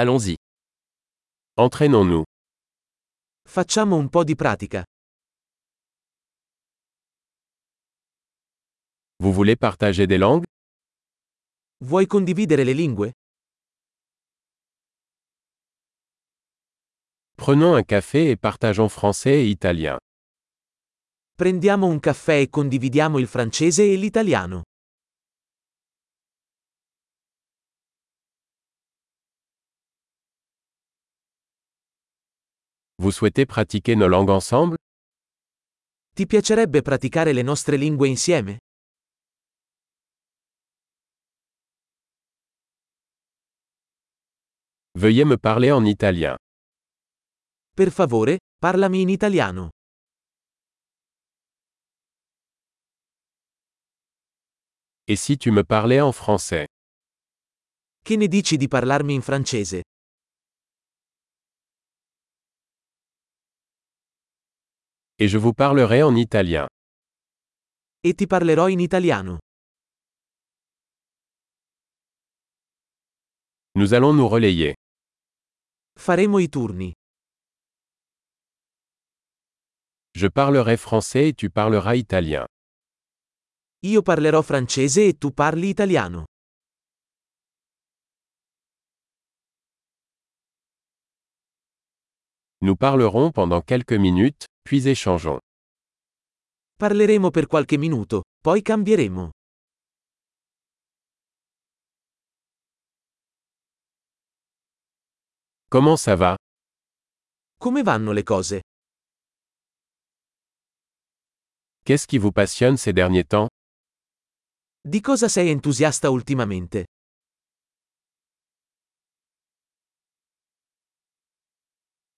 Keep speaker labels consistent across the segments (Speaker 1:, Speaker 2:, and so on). Speaker 1: Allons-y. Entraînons-nous.
Speaker 2: Facciamo un po' di pratica.
Speaker 1: Vous voulez partager des langues
Speaker 2: Vuoi condividere le lingue?
Speaker 1: Prenons un café et partageons français et italien.
Speaker 2: Prendiamo un caffè e condividiamo il francese e l'italiano.
Speaker 1: Vous souhaitez pratiquer nos langues ensemble
Speaker 2: Ti piacerebbe praticare le nostre lingue insieme?
Speaker 1: Veuillez me parler en italien.
Speaker 2: Per favore, parlami in italiano.
Speaker 1: Et si tu me parlais en français
Speaker 2: Che ne dici di parlarmi in francese?
Speaker 1: Et je vous parlerai en italien.
Speaker 2: E ti parlerò in italiano.
Speaker 1: Nous allons nous relayer.
Speaker 2: Faremo i turni.
Speaker 1: Je parlerai français et tu parleras italien.
Speaker 2: Io parlerò francese e tu parli italiano.
Speaker 1: Nous parlerons pendant quelques minutes, puis échangeons.
Speaker 2: Parleremo per qualche minuto, poi cambieremo.
Speaker 1: Comment ça va
Speaker 2: Come vanno le cose?
Speaker 1: Qu'est-ce qui vous passionne ces derniers temps
Speaker 2: Di cosa sei entusiasta ultimamente?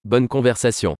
Speaker 3: Bonne conversation.